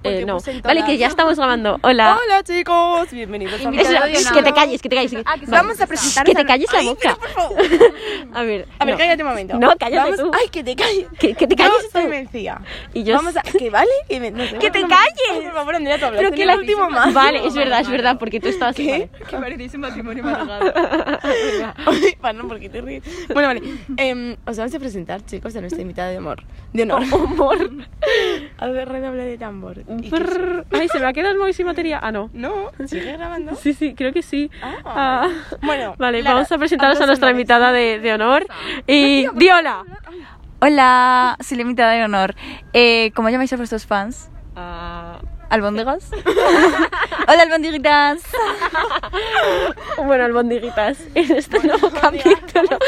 porque Eh, no. puse entonado. Vale, que ya estamos grabando. Hola. Hola chicos, bienvenidos a mi Es- Invitado canal. es adicionado. que te calles, que te calles. Ah, que Vale. Vamos a presentar Que te a- calles la Ay, boca. pero por favor. A ver. A ver, no. cállate un momento. No, cállate Vamos- tú. Ay, que te calles. Que- que te calles Yo soy tú. Mencía. Y yo- Vamos a... ¿Que vale? Que, me- no sé. ¡Que te No, calles! ay, por favor, Andrea, tú hablas. Pero Ten que el la último más. Vale, es verdad, es verdad, porque tú estabas. ¿Qué? Que parecéis un matrimonio amargado. Ay, Perdón, ¿por qué te ríes? Bueno, vale. Em, os vamos a presentar, chicos, a nuestra invitada de amor. De honor. Humor. A ver, redoble de tambor. ¿Y qué es? Vale. Ay, se me ha quedado el móvil sin batería. Ah, no. No, sigue grabando. Sí, sí, creo que sí. Ah, Ah. Bueno, Vale, Lara, vamos a presentaros a ambos nuestra hombres. invitada de, de honor. Y Diola. Hola, soy la invitada de honor. Eh, ¿Cómo llamáis a vuestros fans? Ah. ¿Albóndigas? Hola, albóndiguitas. Bueno, albondiguitas. En este nuevo capítulo.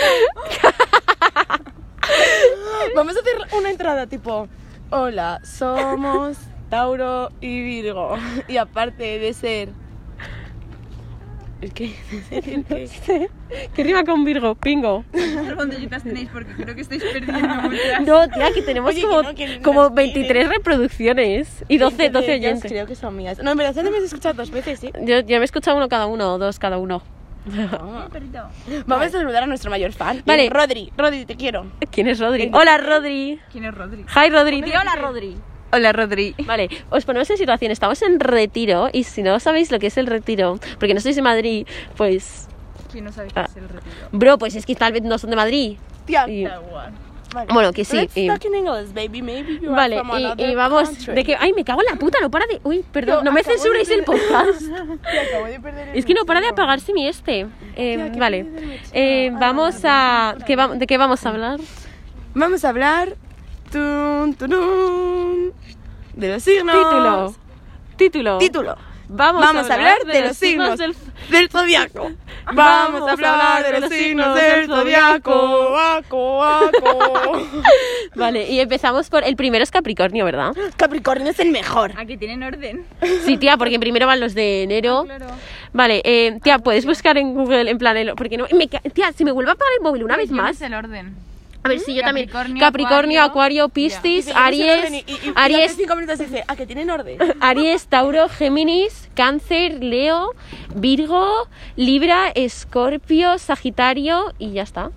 Vamos a hacer una entrada tipo, hola, somos Tauro y Virgo. Y aparte de ser... ¿El qué? ¿De ser el qué? ¿Qué este, rima con Virgo? Pingo. albóndiguitas tenéis? Porque creo que estáis perdiendo muchas. No, tía, que tenemos Oye, que como, no, que no como las tiene. 23 reproducciones y 12, 12 de ellas oyentes. Creo que son mías. No, en verdad, ya me has escuchado dos veces, ¿sí? Yo, yo me he escuchado uno cada uno, o dos cada uno. Ah. Vamos a saludar a nuestro mayor fan. Vale. Eh, Rodri, Rodri, te quiero. ¿Quién es Rodri? Hola, Rodri. ¿Quién es Rodri? Hi, Rodri. Di hola, Rodri. Hola, Rodri. Vale, os ponemos en situación. Estamos en retiro y si no sabéis lo que es el retiro, porque no sois de Madrid, pues. ¿Quién no sabe qué qué es es el retiro? Bro, pues es que tal vez no son de Madrid. Tía. Y- Vale. bueno, que sí, Let's y- talk in English, baby. Maybe you are Vale, from y- y, another vamos. country. De que, ay, me cago en la puta, no para de. Uy, perdón, Yo no me acabo de censuréis el perder- podcast. Tía, acabo de perder el Es que no para de micrófono. apagarse mi este. Eh, Tía, qué vale, pena de mi chica. Eh, Ah, vamos a. ¿qué va- ¿De qué vamos a hablar? Vamos a hablar tun, tunun, de los signos. Título. Título. Título. Vamos, Vamos a hablar de los signos del. del, zodiaco. Vamos a hablar de los signos del zodiaco. Aco, aco. Vale, y empezamos por. El primero es Capricornio, ¿verdad? Capricornio es el mejor. Aquí Ah, tienen orden. Sí, tía, porque primero van los de Ah, enero. Claro. Vale, eh, tía, puedes buscar en Google en plan. el- Porque no. me ca- tía, si me vuelve a apagar el móvil una vez ¿Quién más. es el orden? A ver si yo también. Capricornio, Capricornio, Acuario, Acuario, Piscis, Dice que no se orden Aries, y- y- y hace Aries, cinco minutos dice, ah, que tienen orden. Aries, Tauro, Géminis, Cáncer, Leo, Virgo, Libra, Escorpio, Sagitario y ya está.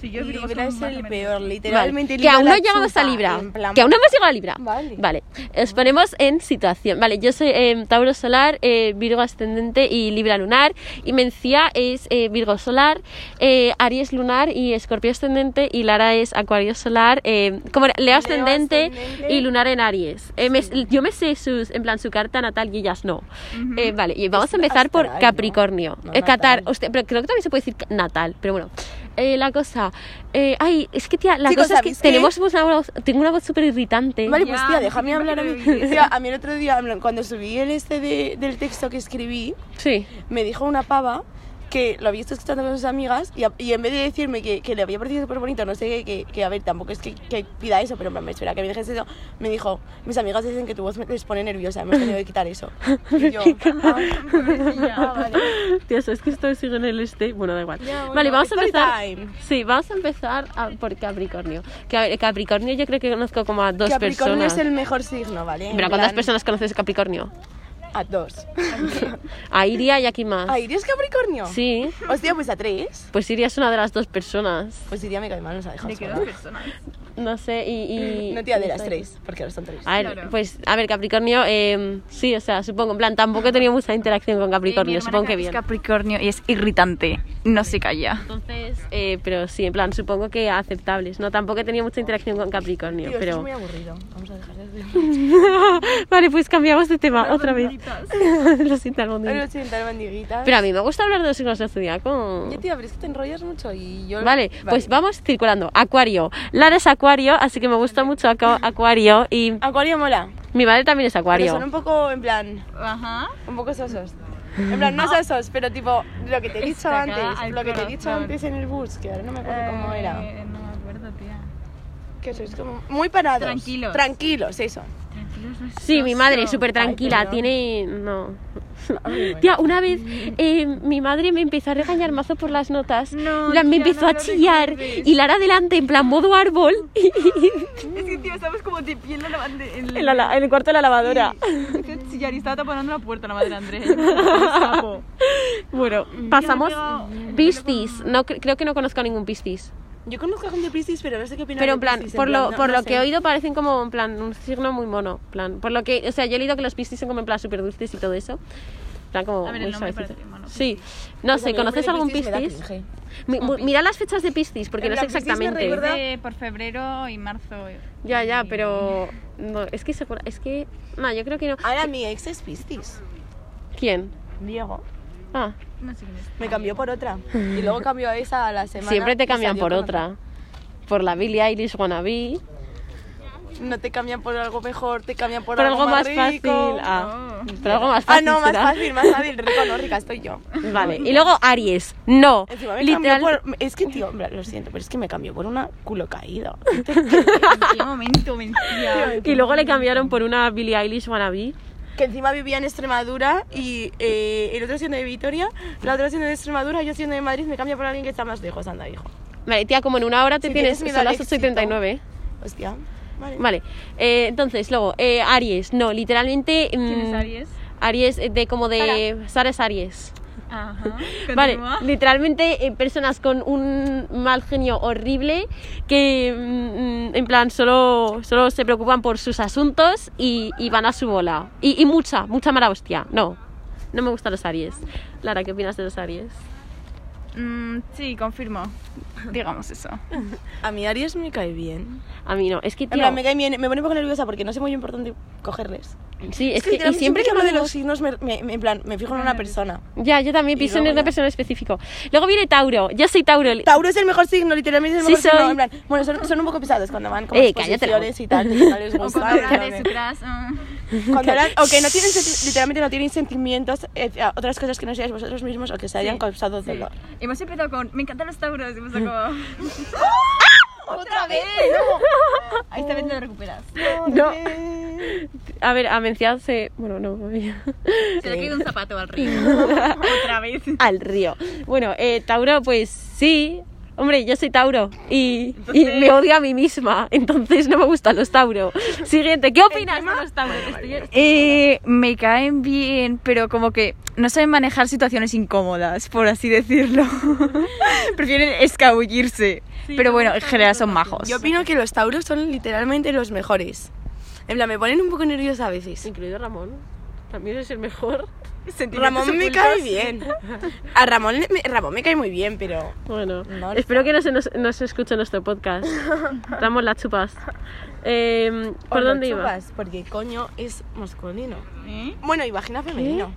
Si Libra es el peor, literalmente. Vale, Que Libra aún la no llegamos a chupa, Libra. en plan- Que aún no hemos llegado a Libra. Vale. Os ponemos en situación. Vale, yo soy eh, Tauro Solar, eh, Virgo Ascendente y Libra Lunar. Y Mencía es eh, Virgo Solar, eh, Aries Lunar y Escorpio Ascendente. Y Lara es Acuario Solar, eh, como era? Leo Ascendente ascendente. y Lunar en Aries. Eh, me- yo me sé sus, en plan, su carta natal y ellas no. Eh, vale, y vamos a empezar por astral, ¿no? Capricornio. No Eh, Catar, natal. hostia, pero creo que también se puede decir ca- natal, pero bueno. Eh, la cosa, eh, ay, es que tía, la Chicos, cosa es que ¿sabéis qué? tenemos una voz, tengo una voz súper irritante. Vale, Ya, pues tía, me déjame siento hablar a mí. increíble. Tía, a mí el otro día, en plan, cuando subí el este de- del texto que escribí, Sí. me dijo una pava que lo había estado escuchando con sus amigas y, a- y en vez de decirme que, que le había parecido súper bonito, no sé, qué, que, que, a ver, tampoco es que, que pida eso, pero en plan, me espera que me dejes eso, me dijo, mis amigas dicen que tu voz me les pone nerviosa, hemos tenido que quitar eso. Y yo, ah, ah, vale. Tía, es que esto sigue en el este. Bueno, da igual. Ya, bueno, vale, vamos a story empezar. time. Sí, vamos a empezar a- por Capricornio. Que a ver, Capricornio yo creo que conozco como a dos Capricornio personas. es el mejor signo, ¿vale? En Pero ¿a cuántas plan, personas conoces a Capricornio? A dos. A Iria y a quién más. ¿A Iris Capricornio? Sí. Hostia, pues a tres. Pues Iria es una de las dos personas. Pues Iria me cae mal, nos ha dejado ¿De qué sola. dos personas? No sé, y. y- No, tía, de y- las tres, porque ahora son tres. A ver, Claro. pues, a ver, Capricornio, eh, sí, o sea, supongo, en plan, tampoco he tenido mucha interacción con Capricornio, supongo que bien. Es Capricornio y es irritante. No se calla. Entonces, eh, pero sí, en plan, supongo que aceptables, ¿no? Tampoco he tenido mucha interacción con Capricornio, Tío, esto es pero... muy aburrido. Vamos a dejar de hacer. vale, pues cambiamos de tema otra vez. Lo siento, Ahora albóndigas. lo siento, bandiguitas. Pero a mí me gusta hablar de los signos del zodiaco. Ya, tía, pero es que te enrollas mucho y yo... Vale, pues vamos circulando. Acuario. Lara es Acuario, así que me gusta mucho Acu- Acuario y Acuario mola. mi madre también es Pero son Acuario. un poco, en plan, Ajá. un poco sosos. En plan, Ah. no sosos, pero tipo, lo que te he dicho Estacada antes, al lo que te he dicho corazón. antes en el bus, que ahora no me Eh, acuerdo cómo era. Eh, No me acuerdo, tía. Que sois como muy parados. Tranquilos. Tranquilos, eso. Sí, mi madre, súper tranquila, Ay, perdón. tiene... No. Ay, bueno. Tía, una vez eh, mi madre me empezó a regañar mazo por las notas. No, En plan, me tía, empezó no a lo chillar recuerdes. y Lara adelante en plan modo árbol y- y- Es que, tío, estábamos como de pie en la lavanda. En en, la la- en el cuarto de la lavadora. Sí, sí, Yari estaba tapando la puerta la madre de Andrés. Sapo. Bueno, pasamos. yo- Pistis. No, cre- creo que no conozco a ningún Pistis. Yo conozco a gente de Piscis, pero no sé qué opinan Pero de en plan, Piscis, por lo, no- por no lo sé. que he oído parecen como en plan un signo muy mono. en plan, por lo que, o sea, yo he leído que los Pistis son como en plan súper dulces y todo eso. En plan como A ver, el muy nombre suavecito. parece mono, Sí. No Pues a sé, mí el nombre ¿conoces de algún Piscis me da Pistis? cringe. Mi- mu- Mira las fechas de Pistis porque Oh, En no sé plan, Piscis me exactamente. recuerda- De por febrero y marzo. Ya, ya, pero no, es que segura- es que no, yo creo que no. Ahora mi ex es Piscis. ¿Quién? Diego. Ah, No sé quién es. Me cambió por otra. Y luego cambió a esa a la semana. siempre te y cambian salió por con otra. Por la Billie Eilish wannabe, No te cambian por algo mejor, te cambian por, por algo más fácil. rico. Ah, por algo más Ah, fácil. no, más será. fácil, más fácil. Rico, no, rica, estoy yo. Vale, y luego Aries. No, Encima me literal. cambió por... Es que, tío, en plan, lo siento, pero es que me cambió por una culo caído. ¿En qué momento mentira? Y luego le cambiaron por una Billie Eilish wannabe. que encima vivía en Extremadura y eh, el otro siendo de Vitoria, la otra siendo de Extremadura, yo siendo de Madrid, me cambia por alguien que está más lejos, anda, hijo. Vale, tía, como en una hora te Si tienes, tienes miedo son al las 8.39. Hostia. Vale. Vale, eh, entonces luego, eh, Aries. No, literalmente. ¿Quién es mm, Aries? Aries, eh, de como de. Sara es Aries. Ajá. Vale, Continúa. literalmente eh, personas con un mal genio horrible que mm, mm, en plan solo, solo se preocupan por sus asuntos y, y van a su bola. Y, y mucha, mucha mala hostia. No, no me gustan los Aries. Lara, ¿qué opinas de los Aries? Mm, sí, confirmo. Digamos eso. A mí Aries me cae bien. A mí no, es que En tío, plan, me cae bien, me pone un poco nerviosa porque no sé muy bien por dónde cogerles. sí, es, que, y literalmente siempre que hablo de hablamos- los signos, me, me- me- en plan, me fijo en una persona. Ya, yo también Y pienso en luego una ya. persona específica. Luego viene Tauro, yo soy Tauro. Tauro es el mejor signo, literalmente es el Sí, mejor signo. soy. En plan, bueno, son, son un poco pesados cuando van como Eh, a cállate la boca. exposiciones y tal, que no les O gusta. cuando hablan en de plan, su de- crush, mm. cuando hablan- o que no tienen, senti- literalmente no tienen sentimientos hacia otras cosas que no seáis vosotros mismos o que se hayan Sí, causado Sí. dolor. Hemos empezado con. Me encantan los tauros. y Hemos acabado. ¡Otra vez! Ahí esta vez Mm. no lo recuperas. No. A ver, a Mencía se... Bueno, no, Se le cae un zapato al río. Otra vez. al río. Bueno, eh, Tauro, pues sí. Hombre, yo soy Tauro y, y me odio a mí misma, entonces no me gustan los Tauro. Siguiente, ¿qué opinas de los Tauro? Estoy- Eh, me caen bien, pero como que no saben manejar situaciones incómodas, por así decirlo. Prefieren escabullirse. pero bueno, en general son Pues majos. Yo opino que los tauros son literalmente los mejores. En plan, me ponen un poco nerviosa a veces. Incluido Ramón, también es el mejor. Ramón me cae bien. A Ramón, le- me, Ramón me cae muy bien, pero... Bueno, No, no espero que no se nos, no se escuche nuestro podcast. Ramón, la chupas. Eh, ¿Por Os lo dónde iba? chupas, Porque coño es masculino. ¿Eh? Bueno, y vagina femenino.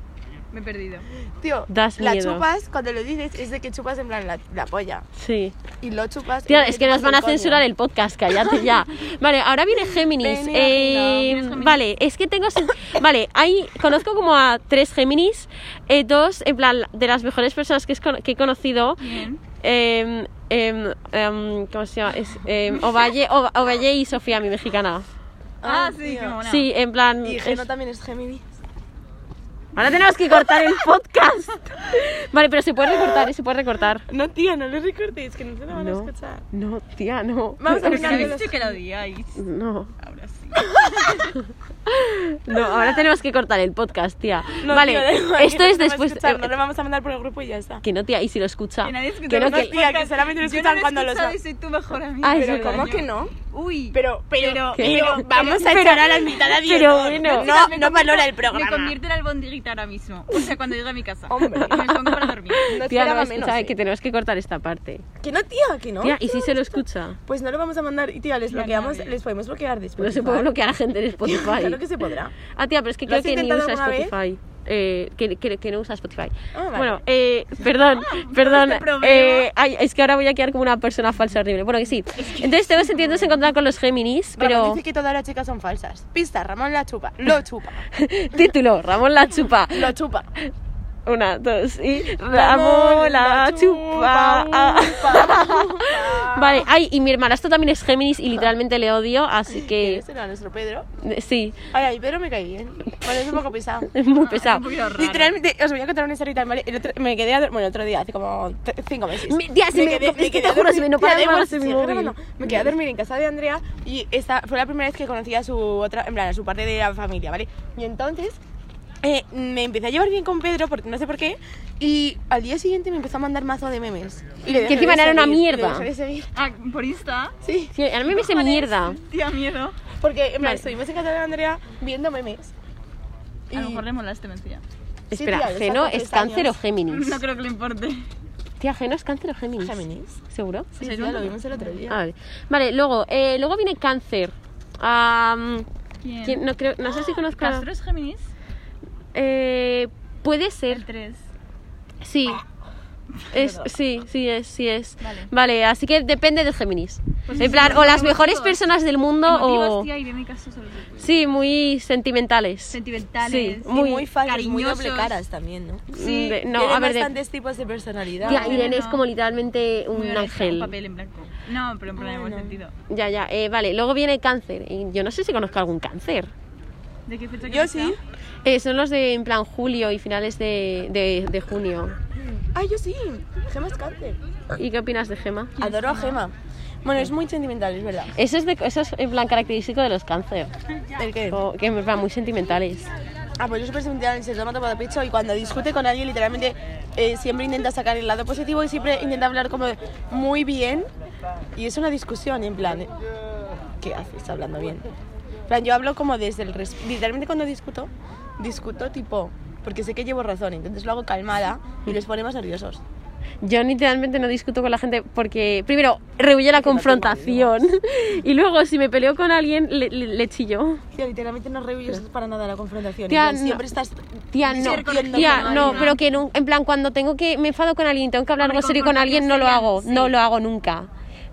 Me he perdido. Tío, Das la miedo. chupas, cuando lo dices, es de que chupas en plan la, la polla. Sí. Y lo chupas... Tía, de es que chupas nos van a coño. censurar el podcast, cállate ya. Vale, ahora viene Géminis. Venid, Eh, no, vienes vale, es que tengo. sen- Vale, hay, conozco como a tres Géminis, eh, dos, en plan, de las mejores personas que, es con- que he conocido. Bien. em, em, em, ¿Cómo se llama? Es, em, Ovalle, Ova- Ovalle y Sofía, mi mexicana. Ah, Ah, sí, tío. como una. Sí, en plan. Y es- Geno también es Gemini. Ahora tenemos que cortar el podcast. Vale, pero se puede recortar, eh, se puede recortar. No, tía, no le recortes, que no se lo van No, a escuchar. no, tía, no. Vamos a Pero si mirar habéis dicho que lo odiáis. No. Ahora sí. No, ahora tenemos que cortar el podcast, tía. No, vale, tío, da igual, esto que es no se va a después. escuchar, eh, no lo vamos a mandar por el grupo y ya está. que no, tía, y si lo Ah, escucha. Que nadie escucha Que no, los que. tía, que solamente lo Yo no escuchan cuando lo escuchaba y sa- soy tu mejor amiga. Ah, es Pero verdad. ¿cómo que no? Uy. Pero, pero, Pero- pero, pero- vamos a pero- echar a la invitada de pero honor. bueno. no, no valora el programa. Me convierto en albondiguita ahora mismo. O sea, cuando llegue a mi casa. Hombre. Y me pongo para dormir. No Tía, no, esperaba escucha, menos. eh, eh. que tenemos que cortar esta parte. Que no, tía, que no. tía, y si se lo escucha. Pues no lo vamos a mandar y tía, les Ya, bloqueamos, nadie. les podemos bloquear después. No se puede bloquear a gente en Spotify. Claro que se podrá. Ah, tía, pero es que ¿Lo creo has que ni intentado usa alguna vez? Spotify. Eh, que, que- que no usa Spotify. Ah, vale. Ah, Bueno, eh, perdón, perdón. este problema. eh, ay, es que ahora voy a quedar como una persona falsa horrible. Bueno, que sí. Entonces tengo sentidos encontrar con los Géminis, Ramón pero... dice que todas las chicas son falsas. Pista, Ramón la chupa. Lo chupa. Título, Ramón la chupa. Lo chupa. Una, dos y... Ramón la chupa. chupa, upa, upa. Vale, ay, y mi hermanastro también es Géminis y literalmente le odio, así que. Ese era nuestro Pedro. eh, Sí, Ay, ay, Pedro me cae bien. Bueno, es un poco pesado. es muy pesado. Literalmente, os voy a contar una historia tan mal. El otro, me quedé a dormir, bueno, el otro día, hace como tre- cinco meses. Mi- tía, si me- es que te juro, si me- no tía, para da de igual, hablar si de mi sigue móvil. grabando. Me quedé a dormir en casa de Andrea y esta fue la primera vez que conocí a su otra, en plan, a su parte de la familia, ¿vale? Y entonces eh, me empecé a llevar bien con Pedro, porque no sé por qué, y al día siguiente me empezó a mandar mazo de memes. Y le dejé encima de era una seguir, mierda. le dejé de seguir. Ah, por Insta. Sí, Sí, a mí me hice mierda. Tía, miedo. porque en plan, Vale. estuvimos en casa de Andrea viendo memes. A lo mejor le molaste, mentira. Sí, Espera, tía, yo Geno saco es tres cáncer o años. Géminis. No creo que le importe. Tía, Geno es cáncer o Géminis. Géminis. ¿Seguro? Sí, sí, ya lo vimos el otro día. Ah, vale. Vale, luego, eh, luego viene cáncer. Am, ¿Quién? ¿quién? No, creo, no sé si conozco a- ¿Castro es Géminis? Eh, puede El ser, 3. sí. Es, sí, sí es, sí es. Ah. Vale. así que depende de Géminis. Pues en sí, plan, sí, o sí, las sí, mejores sí. personas del mundo Emotivos, o... tía, y de mi caso solo se puede. Sí, muy sentimentales. Sentimentales. Sí, Y muy, muy falsos, muy cariñosos. doble caras también, ¿no? Sí, Mm, de- no, Tienen a ver, de- bastantes tipos de personalidad. Tía, No, Irene no. es como literalmente un Muy honesta, ángel. Un papel en blanco. No, pero en plan, en buen sentido. Ya, ya, eh, vale. Luego viene cáncer. Y yo no sé si conozco algún cáncer. ¿De qué fecha que Yo está? sí. Eh, son los de en plan julio y finales de, de- de junio. Ah, yo sí. Gema es cáncer. ¿Y qué opinas de Gema? Adoro a Gema. Bueno, es muy sentimental, es verdad. Eso es, de, eso es en plan característico de los cáncer. ¿El qué? o- que en plan muy sentimentales. Ah, pues yo súper sentimental, se toma todo el pecho y cuando discute con alguien, literalmente eh, siempre intenta sacar el lado positivo y siempre intenta hablar como de muy bien. Y es una discusión, en plan, eh, ¿qué haces hablando bien? En plan, yo hablo como desde el res- Literalmente cuando discuto, discuto tipo, porque sé que llevo razón, entonces lo hago calmada y les ponemos nerviosos. Yo literalmente no discuto con la gente porque, primero, rehuyo la confrontación. Y luego, si me peleo con alguien, le, le- le chillo. Tía, literalmente no rehuyes para nada la confrontación. Tía, en plan, no. siempre estás. Tía, no. Ser correcto Tía, con no, alguien. pero que no, en plan, cuando tengo que. Me enfado con alguien y tengo que Ah, hablar Hombre, algo serio con alguien, no lo hago. No lo hago nunca.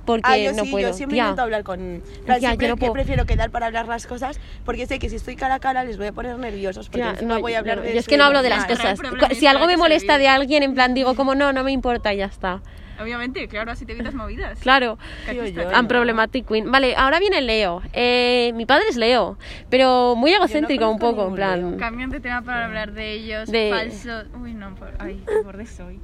Porque Ah, yo no sí, puedo. yo siempre tía. intento hablar con... Tía, Pero siempre yo no que puedo. prefiero quedar para hablar las cosas porque sé que si estoy cara a cara les voy a poner nerviosos porque Tía, encima voy a hablar yo de yo es su que no hablo de las normal. normal. cosas. No hay problema, Cu- Si hay algo me que molesta de sobrevivir. alguien, en plan digo como no, no me importa y ya está. Obviamente, claro, así te evitas movidas. Claro. Tío, yo I'm no. problematic queen. Vale, ahora viene Leo. Eh, mi padre es Leo, pero muy egocéntrico un conozco poco, en ningún plan. Cambian de tema para hablar de ellos. De- Falso. Uy, no, por... ay, qué borde soy.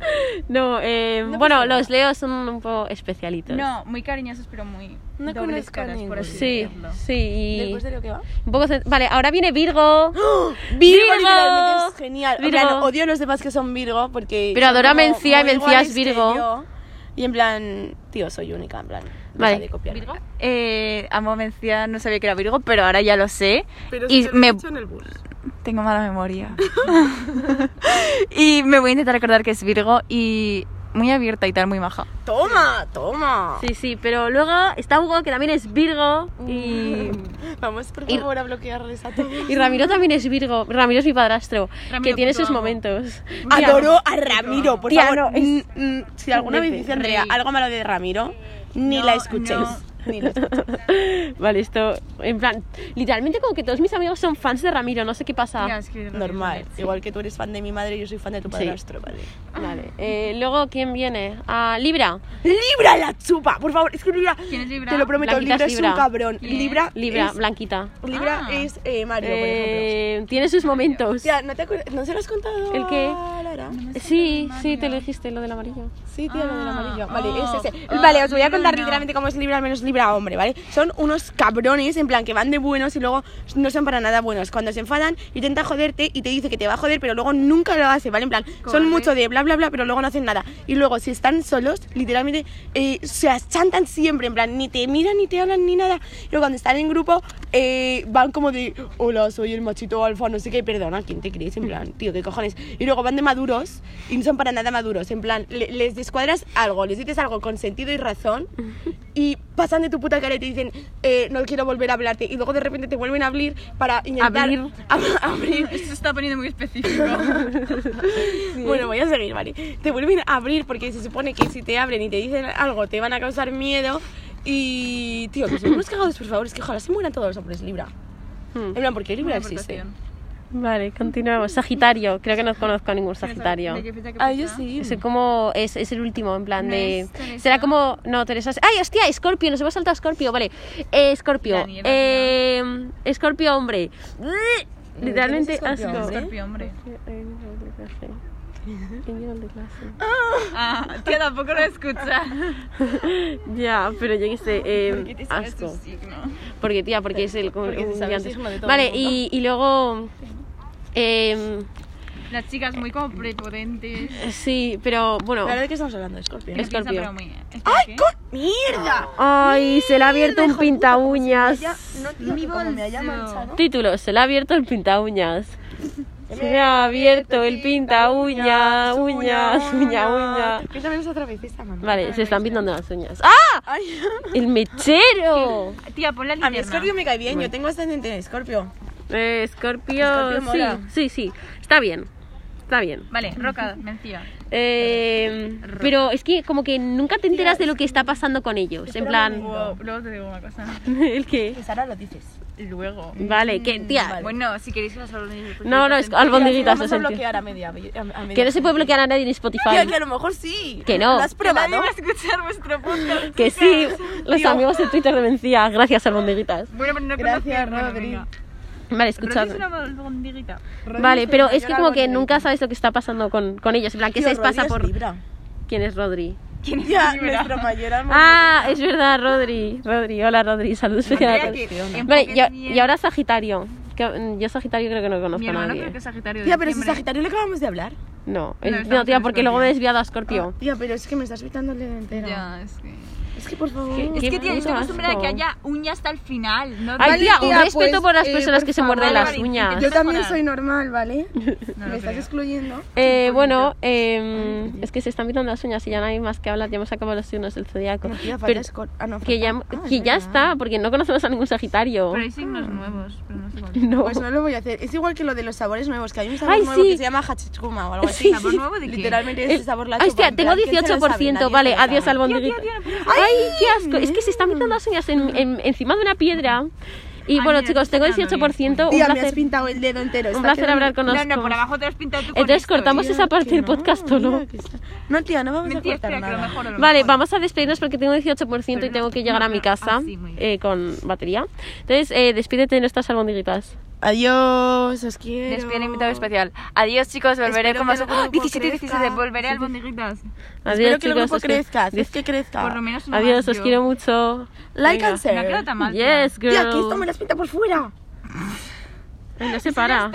No, eh, bueno, los Leos son un poco especialitos. No, muy cariñosos, pero muy. No dobles conozco caras, por ninguno. así Sí, decirlo. sí. y- Después de lo que va. un poco cen- Vale, ahora viene Virgo. Virgo, literalmente es genial. En plan, Virgo. odio a los demás que son Virgo porque... Pero son adoro a como Mencía y muy Mencía es iguales que Virgo. yo. Y en plan, tío, soy única, en plan. Vale. Vale. De copiar. Eh, amo Mencía, no sabía que era Virgo, pero ahora ya lo sé. y se lo he me dicho en el bus. tengo mala memoria. y me voy a intentar acordar que es Virgo y muy abierta y tal, muy maja. Toma, toma. Sí, sí, pero luego está Hugo, que también es Virgo. Y, Mm. Vamos, por favor, a bloquearles a todos. y Ramiro también es Virgo. Ramiro es mi padrastro, que Ramiro, tiene puto sus amo. momentos. Tía, Adoro a Ramiro, por Tía, no, favor. es- Mm, mm, si alguna vez dice Andrea Rey. algo malo de Ramiro, ni No, la escuchéis. no. Ni la escuchéis. Vale, esto, en plan, literalmente como que todos mis amigos son fans de Ramiro, no sé qué pasa. Mira, es que Ramiro Ah, Normal. es- Igual que tú eres fan de mi madre, yo soy fan de tu padrastro, ¿vale? Vale, eh, luego, ¿quién viene? Ah, Libra. ¡Libra la chupa! Por favor, es que Libra. ¿Quién es Libra? Te lo prometo, Blanquita Libra es es Libra. un cabrón. ¿Quién? Libra. Libra, es, Blanquita. Libra Ah. es eh, Mario, por ejemplo. Eh, tiene sus momentos. Tía, ¿no, te acuerdas? ¿No se lo has contado? ¿El qué? a Lara? Sí, sí, te lo dijiste, lo del amarillo. Sí, tío, lo del Ah, amarillo. Vale, oh, es ese. ah, vale, os voy a Libra contar no. literalmente cómo es Libra al menos Libra hombre, ¿vale? Son unos cabrones, en plan, que van de buenos y luego no son para nada buenos. Cuando se enfadan, intenta joderte y te dice que te va a joder, pero luego nunca lo hace, ¿vale? En plan, son Cobarde. mucho de bla, bla, bla, pero luego no hacen nada. Y luego, si están solos, literalmente eh, se achantan siempre, en plan, ni te miran, ni te hablan, ni nada. Y luego, cuando están en grupo, eh, van como de, hola, soy el machito alfa, no sé qué, perdona, ¿quién te crees? En plan, tío, ¿qué cojones? Y luego van de maduros y no son para nada maduros, en plan, le- les descuadras algo, les dices algo con sentido y razón y pasan de tu puta cara y te dicen, eh, no quiero volver a hablarte. Y luego de repente te vuelven a abrir para intentar... Abrir. ab- abrir Esto se está poniendo muy específico. Bueno, voy a seguir, vale. Te vuelven a abrir porque se supone que si te abren y te dicen algo te van a causar miedo. Y, Hmm. tío, que son unos cagados, por favor. Es que ojalá se mueran todos los hombres Libra. En plan, porque Libra Una existe. aportación. Vale, continuamos. Sagitario, creo que no conozco a ningún Sagitario. ¿De qué fecha, qué Ah, yo fecha? sí. Es como, es, es el último, en plan No de... es Teresa. Será como... No, Teresa... es- ¡Ay, hostia! Escorpio, nos hemos saltado a Escorpio, vale. Eh, Escorpio. Daniela, Eh, Escorpio hombre. Literalmente eh, ¿Quién es Escorpio asco. hombre? Escorpio, hombre. Ya, Ah, que tampoco lo escucha. pero yo qué sé, eh, ¿Por qué te sabes tu asco. signo? Porque tía, porque es el, Porque un se sabe el gigante. signo de todo Vale, el mundo. y, y luego... em, Las chicas muy como prepotentes. sí, pero bueno... ¿Ahora de qué estamos hablando? Escorpio. que no piensan, Escorpio. pero muy- ¡Ay, ¡Mierda! Ay, se le ha abierto un pinta uñas. Ya, no, tío, Mi que como me haya bolso. manchado. Título, se le ha abierto el pinta uñas. Se me ha abierto el pinta uñas, uñas, uña, uña. Piénsame en esa otra vez, esta mano. Vale, se están pintando las uñas. ¡Ah! Ay, ¡El mechero! Tía, pon la a mí linterna. Escorpio me cae bien, yo tengo ascendente en Escorpio. Eh, Escorpio, Escorpio mola. sí, sí, sí. Está bien. Está bien. Vale, Roca, mencía. Eh, pero es que como que nunca te enteras de lo que está pasando con ellos. En plan, Wow, luego te digo una cosa. el que... Pues ahora lo dices. Luego. Vale, que tía. Vale. Bueno, si queréis que las albondiguitas. No, no, es Mira, albondiguitas. lo Vamos a siento. bloquear a media. A media Que no se puede bloquear a nadie en Spotify. Tía, que a lo mejor sí. Que no. ¿Lo has Que nadie probado? va a escuchar vuestro podcast. Que chicas. sí, los Tío. amigos de Twitter de Mencía, gracias albondiguitas. Bueno, pero no Gracias, conocía- bueno, Rodri. venga. Vale, Rodri escuchad. es una albondiguita. Vale, pero es que Yo como que albondiguita. nunca sabes lo que está pasando con, con ellos. En plan, que Tío, se pasa Rodri es por... Libra. ¿Quién es Rodri? ¿Quién es Ya, Libra? nuestro mayor amor. Ah, es verdad, Rodri. Rodri, hola Rodri, saludos. pues. Andrea, Vale, que enfoques y, bien. y ahora Sagitario. Que, mm, yo Sagitario creo que no Mi conozco a hermano nadie. creo que es Sagitario. de Tía, pero si diciembre. Sagitario le acabamos de hablar. No, No, es- estamos no, tía, en porque luego me he Escorpio. desviado a Escorpio. Tía, pero es que me estás quitando el dedo entero. Ya, es que. Es que por favor. ¿Qué- Es Qué que, tía, yo estoy puto acostumbrada a que asco. haya uña hasta el final. No, Ay, Vale, tía, un tía, respeto pues, por las eh, personas por que se favor, muerden las Vale, uñas. intenta- Yo también mejorar. soy normal, ¿vale? No lo me estás creo. excluyendo. Eh, bueno, eh, es que se están pintando las uñas y ya no hay más que hablar. Ya hemos acabado los signos del zodiaco. No, tía, Pero- falta Escor- ah, no, Que ya, falta- ah, que es ya verdad. está, porque no conocemos a ningún Sagitario. Pero hay signos nuevos, pero no sé cuál. No. Pues no lo voy a hacer. Es igual que lo de los sabores nuevos, que hay un sabor Ay, nuevo sí. que se llama hachichuma o algo Sí, así. sí. ¿Sabor nuevo de qué? Literalmente es El- ese sabor la Ay, hostia, chupa, en tengo plan, ¿quién se lo 18%. sabe? Nadie vale, se lo adiós sabe. albondiguita. Tía, tía, no puedo- Ay, qué asco. Es que se están pintando las uñas en- en- encima de una piedra. Y Ay, bueno, mira, chicos, estoy tengo mirando 18%. Un Tía, me has placer, pintado el dedo entero. un está placer quedando- hablar con No, nosotros. no, por abajo te lo has pintado tú. con Entonces esto, cortamos tía. esa parte Que del no, podcast, ¿o no? mira que está- No, tía, no vamos Mentira, a cortar espera, que nada. lo mejor. a lo Vale, mejor. vamos a despedirnos porque tengo 18% y Pero tengo no- que llegar no, a mi no, casa ah, sí, muy bien. eh, con batería. Entonces, eh, despídete de nuestras albondiguitas. Adiós, os quiero. Despide al invitado especial. Adiós, chicos. Volveré Espero con que más. el grupo Ah, ¡Oh! 17, 17. crezca. Volveré al albondiguitas. Adiós, Espero que el chicos, grupo os quiero. crezca, haced Diez- que crezca. Por lo menos uno Adiós, más, os yo. quiero mucho. Like Venga. and No ha share. quedado tan mal. tía. Yes, girl. Tía, que esto me las pinta por fuera. Ay, No se para.